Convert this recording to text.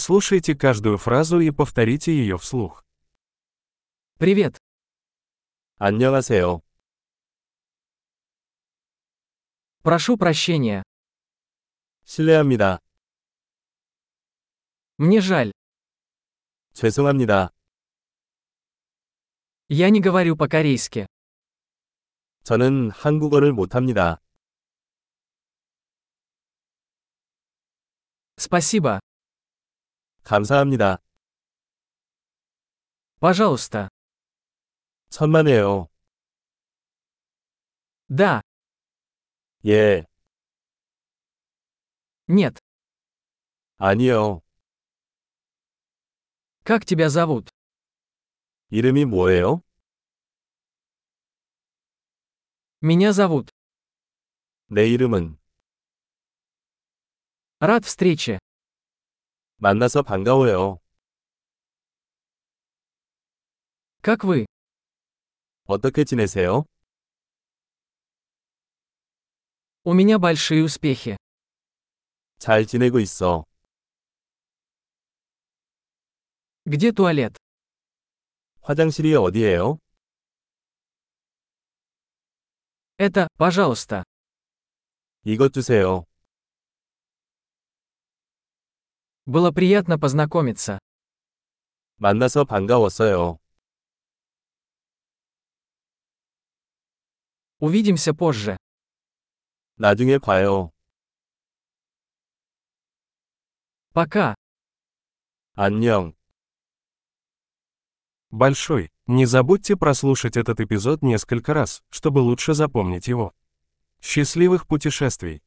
Прослушайте каждую фразу и повторите ее вслух. Привет. 안녕하세요. Прошу прощения. 실례합니다. Мне жаль. 죄송합니다. Я не говорю по-корейски. 저는 한국어를 못합니다. Спасибо. 감사합니다. Пожалуйста. 천만에요. Да. 예, Нет. 아니요. Как тебя зовут? 이름이 뭐예요? Меня зовут. 내 이름은. Рад встрече. 만나서 반가워요. Как вы? 어떻게 지내세요? У меня большие успехи. 잘 지내고 있어. Где туалет? 화장실이 어디예요? Это, пожалуйста. 이것 주세요. Было приятно познакомиться. 만나서 반가웠어요. Увидимся позже. 나중에 봐요. Пока. 안녕. Большой, не забудьте прослушать этот эпизод несколько раз, чтобы лучше запомнить его. Счастливых путешествий!